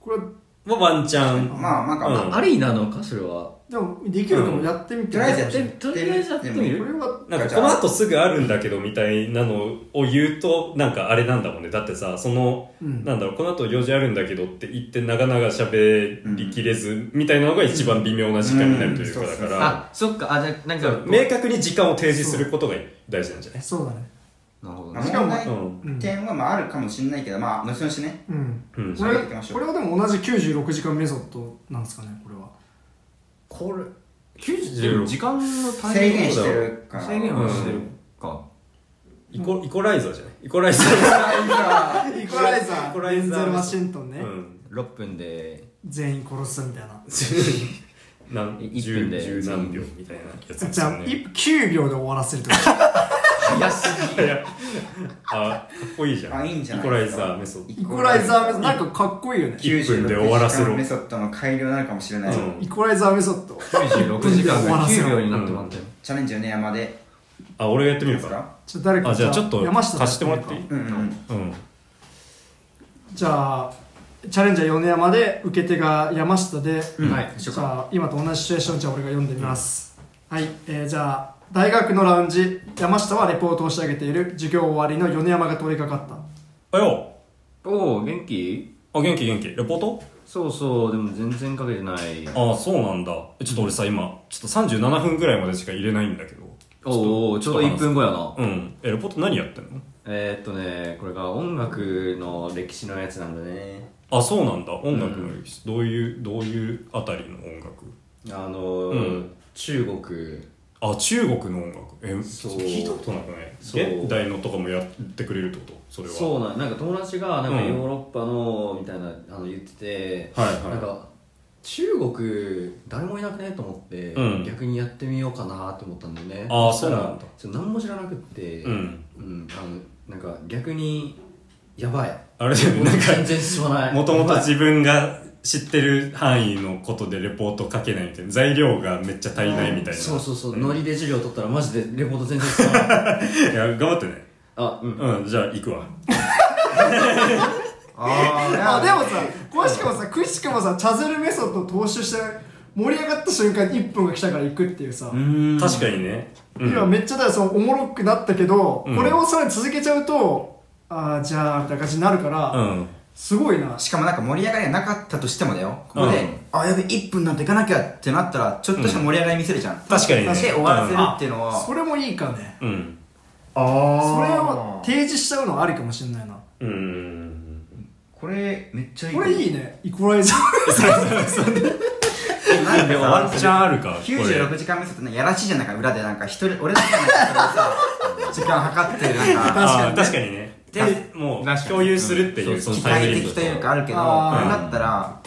Speaker 3: これは
Speaker 2: もうワンチャ
Speaker 1: あ。
Speaker 2: ン
Speaker 1: まあ、なんか、
Speaker 2: うん
Speaker 1: まあ
Speaker 4: ありなのかそれは
Speaker 3: でもできるかもやってみて
Speaker 1: とりあえずやって
Speaker 3: こ
Speaker 1: み
Speaker 4: とりあえずやってみ
Speaker 3: れ
Speaker 4: る
Speaker 3: は
Speaker 2: なんかこの後すぐあるんだけどみたいなのを言うとなんかあれなんだもんねだってさその
Speaker 3: うん
Speaker 2: なんだろうこの後用事あるんだけどって言って長々喋りきれずみたいなのが一番微妙な時間になるというか
Speaker 1: うん
Speaker 2: だか
Speaker 1: うん
Speaker 2: ら
Speaker 4: あそっかあじゃあなんかこう
Speaker 2: 明確に時間を提示することが大事なんじゃない
Speaker 3: そうだね
Speaker 4: なるほど
Speaker 1: まあ
Speaker 4: ね
Speaker 1: 問
Speaker 2: う
Speaker 1: 題
Speaker 2: ん
Speaker 3: うん
Speaker 1: 点はまああるかもしれないけど、まあ、後々ね。
Speaker 3: うん
Speaker 2: うん
Speaker 3: こ
Speaker 1: それ
Speaker 3: れ
Speaker 1: でいきましょう
Speaker 3: これはでも同じ96時間メソッドなんですかねこれは
Speaker 2: これ
Speaker 4: でも時
Speaker 2: 96
Speaker 4: 間のタイ
Speaker 1: 制
Speaker 4: ミン
Speaker 1: 限
Speaker 4: グ
Speaker 1: してるから。
Speaker 4: 制限はしてるか、
Speaker 2: イコイコライザーじゃないイコライザー
Speaker 3: イコライザー
Speaker 2: イコライザー
Speaker 3: デンゼル・ワシントンね、
Speaker 2: うん
Speaker 4: 6分で
Speaker 3: 全員殺すみたいな
Speaker 2: 何
Speaker 4: 1
Speaker 2: 十
Speaker 4: 分で
Speaker 2: 十何秒みたいなやつです
Speaker 3: じゃ
Speaker 2: よ
Speaker 3: あ
Speaker 2: ね
Speaker 3: い9秒で終わらせるってことか
Speaker 4: 早すぎる
Speaker 2: あかっこいいじゃん
Speaker 1: あいいんじゃない
Speaker 2: イコライザーメソッド
Speaker 3: イコライザーメソッドなんかかっこいいよね
Speaker 2: 1分で終わらせろ
Speaker 1: メソッドの改良なのかもしれない、
Speaker 2: うん
Speaker 3: イコライザーメソッド
Speaker 4: 96時間
Speaker 3: 終わ
Speaker 4: が
Speaker 3: らせろ
Speaker 4: 9秒になってまったよ、
Speaker 1: チャレンジよね山で
Speaker 2: あ俺がやってみ
Speaker 1: いい
Speaker 2: る
Speaker 1: です
Speaker 2: か
Speaker 1: か
Speaker 3: じゃあ誰か
Speaker 2: あじゃあちょっと
Speaker 3: 山下さん
Speaker 2: 貸してもらっていい
Speaker 1: うんうん
Speaker 2: うん
Speaker 3: じゃあチャレンジャー米山で受け手が山下で、
Speaker 1: うん
Speaker 4: はい
Speaker 3: じゃあ今と同じシチュエーションじゃあ俺が読んでみます、はい、えーじゃあ大学のラウンジ山下はレポートを仕上げている授業終わりの米山が通りかかった
Speaker 2: あよ
Speaker 4: おお元気
Speaker 2: あ元気元気レポート
Speaker 4: そうそうでも全然かけてない
Speaker 2: あそうなんだえちょっと俺さ今ちょっと37分ぐらいまでしか入れないんだけど
Speaker 4: おおちょうど1分後やな
Speaker 2: うんえレポート何やってんの
Speaker 4: えー、っとねこれが音楽の歴史のやつなんだね
Speaker 2: あそうなんだ音楽の歴史、どういうどういうあたりの音楽
Speaker 4: あのー
Speaker 2: うん
Speaker 4: 中国
Speaker 2: あ中国の音楽え
Speaker 4: そう
Speaker 2: 聞いたことなくない
Speaker 4: そう
Speaker 2: 現代のとかもやってくれるってことそれは
Speaker 4: そうなんなんか友達がなんか
Speaker 2: うん
Speaker 4: ヨーロッパのみたいな、あの言ってて、
Speaker 2: はいはい
Speaker 4: なんか中国誰もいなくねと思って、
Speaker 2: うん
Speaker 4: 逆にやってみようかなと思ったんだよね
Speaker 2: あー
Speaker 4: したら
Speaker 2: そうなんだ
Speaker 4: ちょっと何も知らなくって、
Speaker 2: うん
Speaker 4: うんあのなんか逆に
Speaker 5: やばい。
Speaker 2: あれだよねなんか
Speaker 5: 全然進まない。
Speaker 2: もともと自分が知ってる範囲のことでレポート書けないみたいな材料がめっちゃ足りないみたいな
Speaker 5: そうそうそう、ノリで授業取ったらマジでレポート全然進まない。
Speaker 2: いや頑張ってね
Speaker 5: あ、うん。
Speaker 2: うんじゃあ行くわ
Speaker 1: あ
Speaker 3: あでもさこれしかもさくしくもさチャズルメソッドを踏襲して盛り上がった瞬間に1分が来たから行くっていうさ、
Speaker 2: 確かにね、うん、
Speaker 3: 今めっちゃだからそのおもろくなったけど、
Speaker 2: うん
Speaker 3: これをさらに続けちゃうとああじゃあみたいな感じになるから、
Speaker 2: うん
Speaker 3: すごいな
Speaker 1: しかもなんか盛り上がりがなかったとしてもだよここで、
Speaker 2: うん
Speaker 1: あやべ1分なんていかなきゃってなったらちょっとした盛り上がり見せるじゃん、
Speaker 2: 確かにね
Speaker 1: で終わらせるっていうのは、
Speaker 3: それもいいかね
Speaker 2: うん
Speaker 3: それ
Speaker 1: あ
Speaker 3: を提示しちゃうのはありかもしれないな
Speaker 2: うんうん
Speaker 1: これめっちゃいい
Speaker 3: これいいねイコライザー
Speaker 1: なんかさ
Speaker 2: ワンチャンあるかこれ
Speaker 1: 96時間目線ってねやらしいじゃんないか裏でなんか一人俺だけなんかそれ をさ時間計ってるなんか
Speaker 2: あー確かにねでも
Speaker 4: 確か
Speaker 2: う
Speaker 4: に
Speaker 2: 共有するっていう、
Speaker 4: うん
Speaker 2: そ
Speaker 1: 機
Speaker 2: のタイム
Speaker 1: 械
Speaker 2: リミ
Speaker 1: 的
Speaker 2: ッ
Speaker 1: と
Speaker 2: ト
Speaker 1: いうかあるけどこれ
Speaker 3: あー
Speaker 1: だったら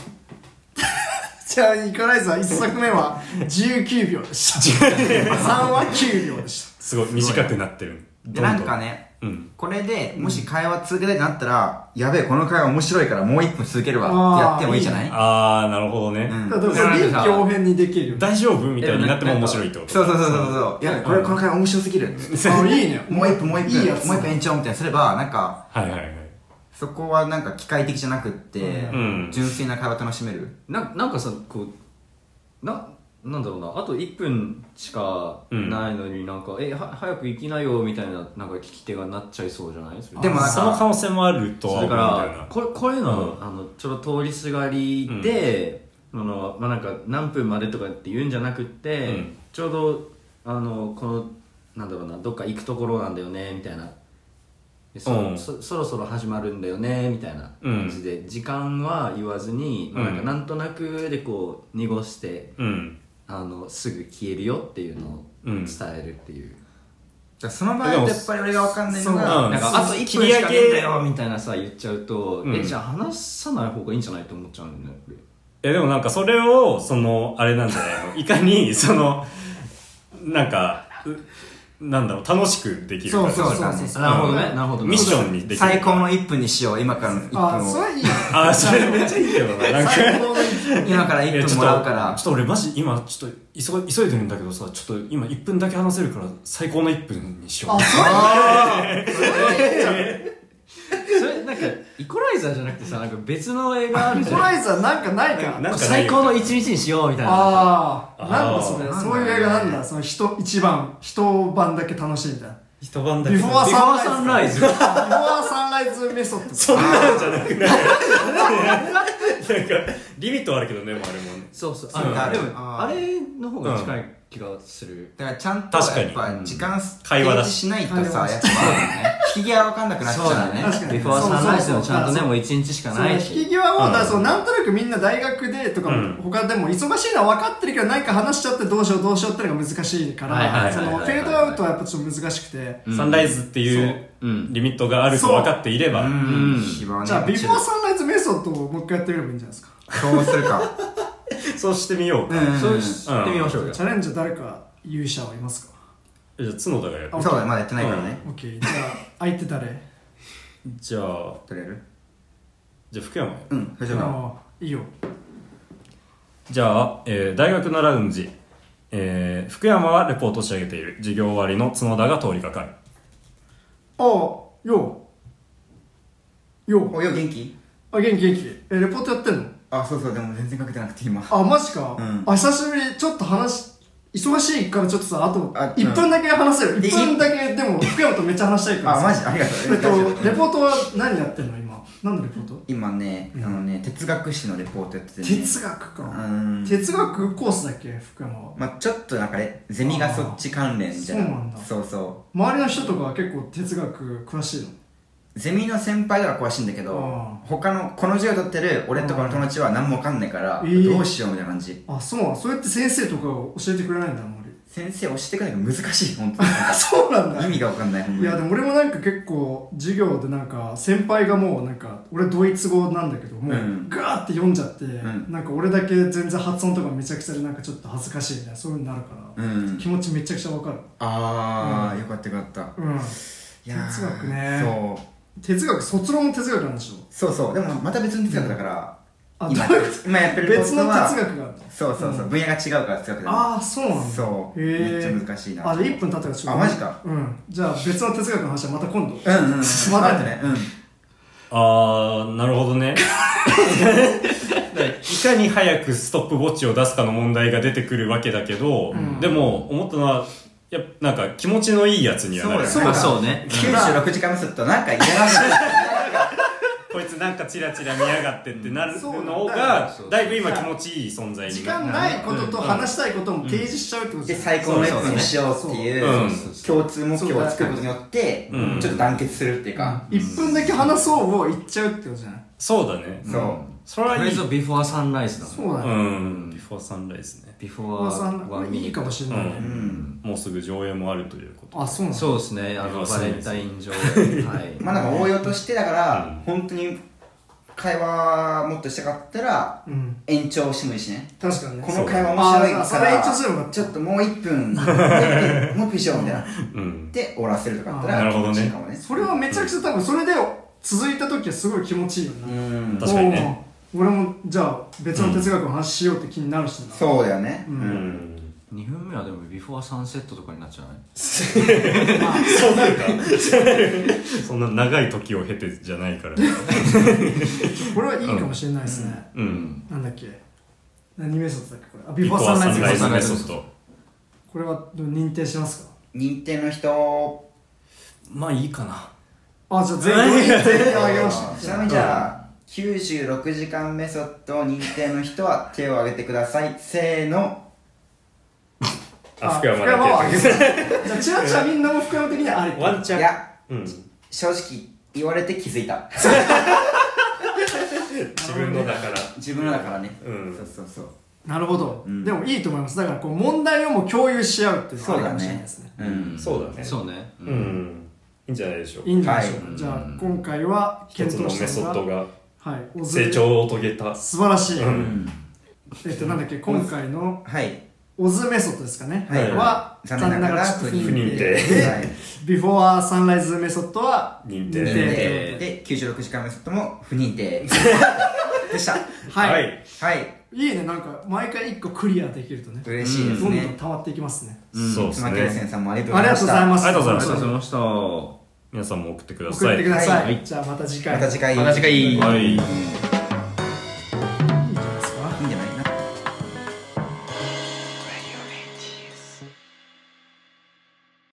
Speaker 3: じゃあイコライザー1作目は19秒でした3は9秒でし
Speaker 2: すごい短くなってる
Speaker 1: でなんかね
Speaker 2: うん
Speaker 1: これでもし会話続けたいってなったら、やべえこの会話面白いからもう1分続けるわってやってもいいじゃない
Speaker 2: ああなるほどね、
Speaker 1: うん
Speaker 3: ただからでも臨機応変にできるよね
Speaker 2: 大丈夫みたいになっても面白いってこと
Speaker 1: そうそうそうそうそういやこれこの会話面白すぎる
Speaker 3: あいいね
Speaker 1: もう一分もう一分
Speaker 3: いいやつ
Speaker 1: もう一分延長みたいにすればなんか
Speaker 2: はいはいはい
Speaker 1: そこはなんか機械的じゃなくって、
Speaker 2: うん
Speaker 1: 純粋な会話楽しめる
Speaker 4: ななんかさこうななんだろうなあと1分しかないのになんか、えは早く行きなよみたいななんか聞き手がなっちゃいそうじゃないそれ
Speaker 1: でもなんか
Speaker 2: その可能性もあると
Speaker 4: そ
Speaker 2: は
Speaker 4: れ
Speaker 2: 思う
Speaker 4: か
Speaker 2: んだよ
Speaker 4: ら
Speaker 2: な
Speaker 4: これこういうの,、
Speaker 2: う
Speaker 4: あのちょっと通りすがりで、あのまあ、なんか何分までとかって言うんじゃなくって、
Speaker 2: うん
Speaker 4: ちょうどあのこのなんだろうなどっか行くところなんだよねみたいなでそ,、
Speaker 2: うん
Speaker 4: そそろそろ始まるんだよねみたいな感じで、時間は言わずに、まあ、なんか
Speaker 2: うん
Speaker 4: なんとなくでこう濁して
Speaker 2: うん
Speaker 4: あのすぐ消えるよっていうのを伝えるっていう、
Speaker 1: じゃあその場合だとやっぱり俺が分かんないの
Speaker 2: そう
Speaker 1: が
Speaker 2: うん
Speaker 4: なんかあと1分
Speaker 2: 切り
Speaker 4: し
Speaker 2: 上げ
Speaker 4: かねえんだよみたいなさ言っちゃうと、
Speaker 2: うん
Speaker 4: えじゃあ話さない方がいいんじゃないと思っちゃうんだよね
Speaker 2: いやでもなんかそれをそのあれなんじゃないのいかにそのなんかうなんだろう楽しくできるか
Speaker 3: そうそう
Speaker 1: そうそう
Speaker 4: なるほどねなるほど
Speaker 2: ミッションにできる
Speaker 1: 最高の1分にしよう今からの
Speaker 3: あ
Speaker 1: 1
Speaker 3: そ
Speaker 1: 分を
Speaker 3: れいいね
Speaker 2: ああそれめっちゃいいけどななんか
Speaker 3: 最高の一
Speaker 1: 今から
Speaker 2: い
Speaker 1: 1
Speaker 2: やち
Speaker 1: 分
Speaker 2: ょっ
Speaker 1: もら
Speaker 2: と
Speaker 1: うから
Speaker 2: ちょっと俺マジ今ちょっと急急いでるんだけどさちょっと今1分だけ話せるから最高の1分にしよう
Speaker 3: あ
Speaker 4: それなんかイコライザーじゃなくてさなんか別の映画ある
Speaker 3: イ
Speaker 4: じ
Speaker 3: コ
Speaker 4: ゃん
Speaker 3: ライザーなんかないか
Speaker 2: なんかない
Speaker 4: 最高の一日にしようみたいな
Speaker 3: ああなんだそれ
Speaker 1: あー
Speaker 3: そういう映画なんだその人一番一晩だけ楽しいみたいな
Speaker 2: 一晩だ
Speaker 3: ビフォー
Speaker 4: ビフォー
Speaker 3: サ
Speaker 4: サ
Speaker 3: ン
Speaker 4: ン
Speaker 3: ラ
Speaker 4: ラ
Speaker 3: イ
Speaker 4: イ
Speaker 3: ズ
Speaker 4: ズ
Speaker 3: ビフォーサンライズメソッド
Speaker 2: そんなんじゃなくないなんかリミットはあるけどねもうあれもね
Speaker 4: そうそう
Speaker 1: そう
Speaker 4: あ
Speaker 1: だ
Speaker 4: で
Speaker 1: あ
Speaker 4: も
Speaker 1: ー
Speaker 4: あれの方が近い気がする、
Speaker 1: だからちゃんと
Speaker 2: 確かに
Speaker 1: やっぱ時間
Speaker 2: 会話だ
Speaker 1: 提示し
Speaker 2: し
Speaker 1: ないと
Speaker 3: 会
Speaker 1: さ
Speaker 3: 話
Speaker 1: やっ
Speaker 3: だ
Speaker 1: ぱ引き際分かんなくなっち
Speaker 4: そう
Speaker 1: ゃ
Speaker 4: だ
Speaker 1: う
Speaker 4: ね
Speaker 1: よね
Speaker 3: 確かに
Speaker 4: ビフォーサンライズでもちゃんとね
Speaker 3: そうそうそう
Speaker 4: もう一日しか
Speaker 3: その
Speaker 4: な
Speaker 3: 引
Speaker 4: い
Speaker 3: き
Speaker 4: し
Speaker 3: 際も、
Speaker 2: うん
Speaker 3: だからそのなんとなくみんな大学でとかも、
Speaker 2: うん
Speaker 3: 他でも忙しいのは分かってるけど何か話しちゃってどうしようどうしようってのが難しいか
Speaker 4: はいはいはいはい
Speaker 3: らそのフェードアウトはやっぱちょっと難しくて、
Speaker 4: うん
Speaker 2: サンライズってい
Speaker 3: そう
Speaker 2: う
Speaker 4: うん
Speaker 2: リミットがあると分かっていれば、
Speaker 1: うん
Speaker 4: うん
Speaker 1: 暇はね
Speaker 3: じゃあビフォーサンライズメソッドをもう一回やってみればいいんじゃないですか
Speaker 1: そうするか
Speaker 2: そうしてみようか、
Speaker 1: うん
Speaker 4: そう知ってみましょうよ、
Speaker 3: チャレンジャー誰か勇者はいますか
Speaker 2: じゃあ角田がやる
Speaker 3: あ
Speaker 1: そうだねまだやってないからね
Speaker 3: OK じゃあ相 手誰
Speaker 2: じゃあ
Speaker 1: 取れる
Speaker 2: じゃあ福山
Speaker 1: うん大丈夫だ
Speaker 3: ああいいよ
Speaker 2: じゃあ、えー大学のラウンジ、えー福山はレポートを仕上げている授業終わりの角田が通りかかる
Speaker 3: ああようよう
Speaker 1: およ元気
Speaker 3: あ元気元気えレポートやってんの
Speaker 1: あそうそうでも全然かけてなくて今
Speaker 3: あマジか、
Speaker 1: うん
Speaker 3: あ久しぶりちょっと話忙しいからちょっとさあと
Speaker 1: あ
Speaker 3: 1分だけ話せる
Speaker 1: うん
Speaker 3: 1分だけでも福山とめっちゃ話したいか
Speaker 1: あ
Speaker 3: らさ
Speaker 1: マジありがとう
Speaker 3: えっと
Speaker 1: 大丈夫
Speaker 3: レポートは何やってんの今何のレポート
Speaker 1: 今ね、
Speaker 3: うん
Speaker 1: あのね哲学史のレポートやってて、ね、
Speaker 3: 哲学
Speaker 1: う
Speaker 3: か、
Speaker 1: ん
Speaker 3: 哲学コースだっけ福山は
Speaker 1: まあちょっとなんかねゼミがそっち関連みたい
Speaker 3: あーそうなん
Speaker 1: な
Speaker 3: だ
Speaker 1: そうそ
Speaker 3: 周りの人とかは結構哲学詳しいの
Speaker 1: うゼミの先輩とか詳しいんだけど
Speaker 3: あ
Speaker 1: 他のこの授業取ってる俺とかの友達は何もわかんないから
Speaker 3: えー
Speaker 1: どうしようみたいな感じ
Speaker 3: あそうなのそれって先生とか教えてくれないんだ あんまり
Speaker 1: 先生教えてくれないから難しい本当に
Speaker 3: そうなんだ
Speaker 1: 意味がわかんない本
Speaker 3: いや
Speaker 1: 当
Speaker 3: で
Speaker 1: に
Speaker 3: も俺もなんか結構授業でなんか先輩がもうなんか俺ドイツ語なんだけどもう
Speaker 1: うん
Speaker 3: ガーって読んじゃって、
Speaker 1: ん
Speaker 3: なんか俺だけ全然発音とかめちゃくちゃでなんかちょっと恥ずかしいみたいなそういうのになるから、
Speaker 1: うん
Speaker 3: 気持ちめちゃくちゃわかる
Speaker 1: ああ、
Speaker 3: うん
Speaker 1: よかったよかった
Speaker 3: うん
Speaker 1: いやー
Speaker 3: 哲学ね
Speaker 1: そう
Speaker 3: 哲学卒論の哲学なんでしょ
Speaker 1: そうそうでもまた別の哲学だから、
Speaker 3: あ
Speaker 1: 今
Speaker 3: どういうこ
Speaker 1: 今やってる
Speaker 3: と
Speaker 1: ことは
Speaker 3: 別の哲学がある
Speaker 1: そうそうそう、分野が違うから哲学だ
Speaker 3: ああそうなんだ
Speaker 1: そう
Speaker 3: へえ
Speaker 1: めっちゃ難しいな
Speaker 3: あじゃあ1分経ったからちょっと
Speaker 1: あマジか
Speaker 3: うんじゃあ別の哲学の話はまた今度
Speaker 1: うんうんうん
Speaker 3: まだ
Speaker 1: 待ってねうん
Speaker 2: あー、なるほどね。いかに早くストップウォッチを出すかの問題が出てくるわけだけど、でも、思ったのは、やっぱなんか気持ちのいいやつにはなる。
Speaker 1: そう
Speaker 4: ま
Speaker 1: だ
Speaker 4: あ
Speaker 1: ね
Speaker 4: そうね。
Speaker 1: 96時間目するとなんか嫌がら
Speaker 2: こいつなんかチラチラ見やがってってなる
Speaker 3: そうなんだ
Speaker 2: のが
Speaker 4: そう、
Speaker 2: だいぶ今気持ちいい存在
Speaker 3: 時
Speaker 2: にな
Speaker 3: 間
Speaker 2: る。
Speaker 3: ないことと話したいことも提示しちゃうってこと
Speaker 1: で
Speaker 3: です
Speaker 1: 最高のやつにしようっていう
Speaker 2: うん
Speaker 1: 共通目標を作ることによって
Speaker 2: うん
Speaker 1: ちょっと団結するっていうか
Speaker 3: 1分だけ話そうを言っちゃうってことじゃない
Speaker 2: そうだね。
Speaker 1: そ
Speaker 2: それ
Speaker 4: こ
Speaker 2: はい
Speaker 4: れ
Speaker 2: い。
Speaker 4: ぞビフォーサンライズだもん
Speaker 3: そうだ
Speaker 2: う
Speaker 3: ね
Speaker 2: ん。ビフォーサンライズね。
Speaker 4: ビフ
Speaker 3: お
Speaker 4: ォ
Speaker 3: ばさん
Speaker 4: ー
Speaker 3: こ
Speaker 4: ワ
Speaker 3: れ
Speaker 4: ンミ
Speaker 3: いい
Speaker 4: ニ
Speaker 3: かもしれないうね
Speaker 1: う、ん
Speaker 2: もうすぐ上映もあるということ。
Speaker 3: あそうなんだ
Speaker 4: そうですね、あ
Speaker 2: ビフォ
Speaker 4: の
Speaker 2: ーサ
Speaker 4: バ
Speaker 2: ンラ
Speaker 4: レ
Speaker 2: イズ
Speaker 4: ンタイン上映。 はい。
Speaker 1: まあなんか応用としてだから
Speaker 2: う
Speaker 1: 本当に会話もっとしたかったら
Speaker 3: うん
Speaker 1: 延長してもいいしね
Speaker 3: 確かにね
Speaker 1: この会話面白い
Speaker 3: あーそ
Speaker 1: か
Speaker 3: れ延長
Speaker 1: ら
Speaker 3: すればよかった
Speaker 1: ちょっともう1分もう1分もう1分しようみたいな
Speaker 2: うん。
Speaker 1: で終わらせるとかだ
Speaker 2: あ
Speaker 1: った
Speaker 2: ーな
Speaker 1: ら
Speaker 2: る
Speaker 1: 気
Speaker 2: ほ
Speaker 1: 持
Speaker 2: どね
Speaker 1: ちいいかもね
Speaker 3: それはめちゃくちゃ多分それで続いた時はすごい気持ちいいよ
Speaker 1: う
Speaker 3: な、
Speaker 1: ん
Speaker 2: 確かにね
Speaker 3: おー俺もじゃあ別の哲学の話しようって気になるしな、
Speaker 1: そうだよね
Speaker 3: う
Speaker 2: うんん。
Speaker 4: 2分目はでもビフォーサンセットとかになっちゃうね。
Speaker 2: そうなんか。そんな長い時を経てじゃないから。
Speaker 3: これはいいかもしれないですね、
Speaker 2: うん。
Speaker 3: なんだっけ何名卒だっけこれあビ
Speaker 2: ビ
Speaker 3: フ
Speaker 2: フ
Speaker 3: ォ
Speaker 2: ォ
Speaker 3: ー
Speaker 2: ー
Speaker 3: サン
Speaker 2: サン
Speaker 3: ラ
Speaker 2: ラ
Speaker 3: イ
Speaker 2: イ
Speaker 3: ズ
Speaker 2: ズ
Speaker 4: メ
Speaker 2: メ
Speaker 4: ソ
Speaker 2: ソ
Speaker 4: ッ
Speaker 2: ッ
Speaker 4: ド
Speaker 2: ド。
Speaker 3: これは認定しますか
Speaker 1: 認定の人
Speaker 2: まあいいかな。
Speaker 3: あじゃあ全員認定あげ まし
Speaker 1: ちな
Speaker 3: た
Speaker 1: みにじゃあ96時間メソッド認定の人は手を挙げてくださいせーの
Speaker 2: あ、
Speaker 3: 福
Speaker 2: 福山だけ。
Speaker 3: 山をあげましたじゃあチラチラみんなも福山的にはあり
Speaker 2: ワンチ
Speaker 1: い
Speaker 2: ャン。
Speaker 1: や
Speaker 2: うん。
Speaker 1: 正直言われて気づいた
Speaker 2: 自分のだから。
Speaker 1: 自分らだからね、
Speaker 2: うん
Speaker 1: そうそうそう
Speaker 3: なるほど、
Speaker 1: うん
Speaker 3: でもいいと思いますだからこう問題をもう共有し合うっていうの
Speaker 1: そ
Speaker 3: は
Speaker 1: う
Speaker 3: ありか
Speaker 1: だ
Speaker 3: もしれない
Speaker 1: ね
Speaker 3: ですね
Speaker 1: うん
Speaker 2: そうだね
Speaker 4: そうね。
Speaker 2: う。ん。いいんじゃないでしょう
Speaker 3: い。いんじゃないでしょうか、
Speaker 1: はい
Speaker 3: じゃあ今回は
Speaker 2: 一つ
Speaker 3: 検
Speaker 2: の
Speaker 3: 討
Speaker 2: メ
Speaker 3: し
Speaker 2: ソ
Speaker 3: たの
Speaker 2: ッド
Speaker 3: が
Speaker 2: が
Speaker 3: はい、おず
Speaker 2: 成長を遂げた。
Speaker 3: 素晴らしい、
Speaker 2: う
Speaker 1: うんん
Speaker 3: えっとなんだっけ今回の
Speaker 1: はい
Speaker 3: オズメソッドですかね、
Speaker 1: はい
Speaker 3: は
Speaker 1: 残
Speaker 3: 残
Speaker 1: 念
Speaker 3: 念
Speaker 1: な
Speaker 3: な
Speaker 1: が
Speaker 3: が
Speaker 1: ら
Speaker 3: らちょっと不
Speaker 2: 不認
Speaker 3: 認定
Speaker 2: 定。
Speaker 1: はい
Speaker 3: ビフォアサンライズメソッドは
Speaker 2: 認
Speaker 1: 認
Speaker 2: 定。
Speaker 1: 定で96時間メソッドも不認 定でした
Speaker 3: はい、い、
Speaker 2: い。
Speaker 1: はい
Speaker 3: いねなんか毎回一個クリアできるとね
Speaker 1: 嬉しいです
Speaker 3: どんどん
Speaker 1: ね
Speaker 3: 溜まっていきますね
Speaker 2: そうです
Speaker 1: 妻木
Speaker 2: ね。
Speaker 1: 先さんもありがとう
Speaker 3: あ
Speaker 1: ご
Speaker 3: り
Speaker 1: ざい
Speaker 3: が
Speaker 1: ま
Speaker 3: とう
Speaker 1: し
Speaker 3: ござ
Speaker 1: た
Speaker 3: います
Speaker 4: ありがとうございました。
Speaker 2: ありがとう
Speaker 4: ました。
Speaker 2: 皆さんも送ってくだ
Speaker 3: 送
Speaker 2: さ
Speaker 3: って
Speaker 2: い
Speaker 3: く。ださい、
Speaker 1: はい
Speaker 3: じゃあまた次回
Speaker 1: また次回
Speaker 4: また次回
Speaker 2: はい。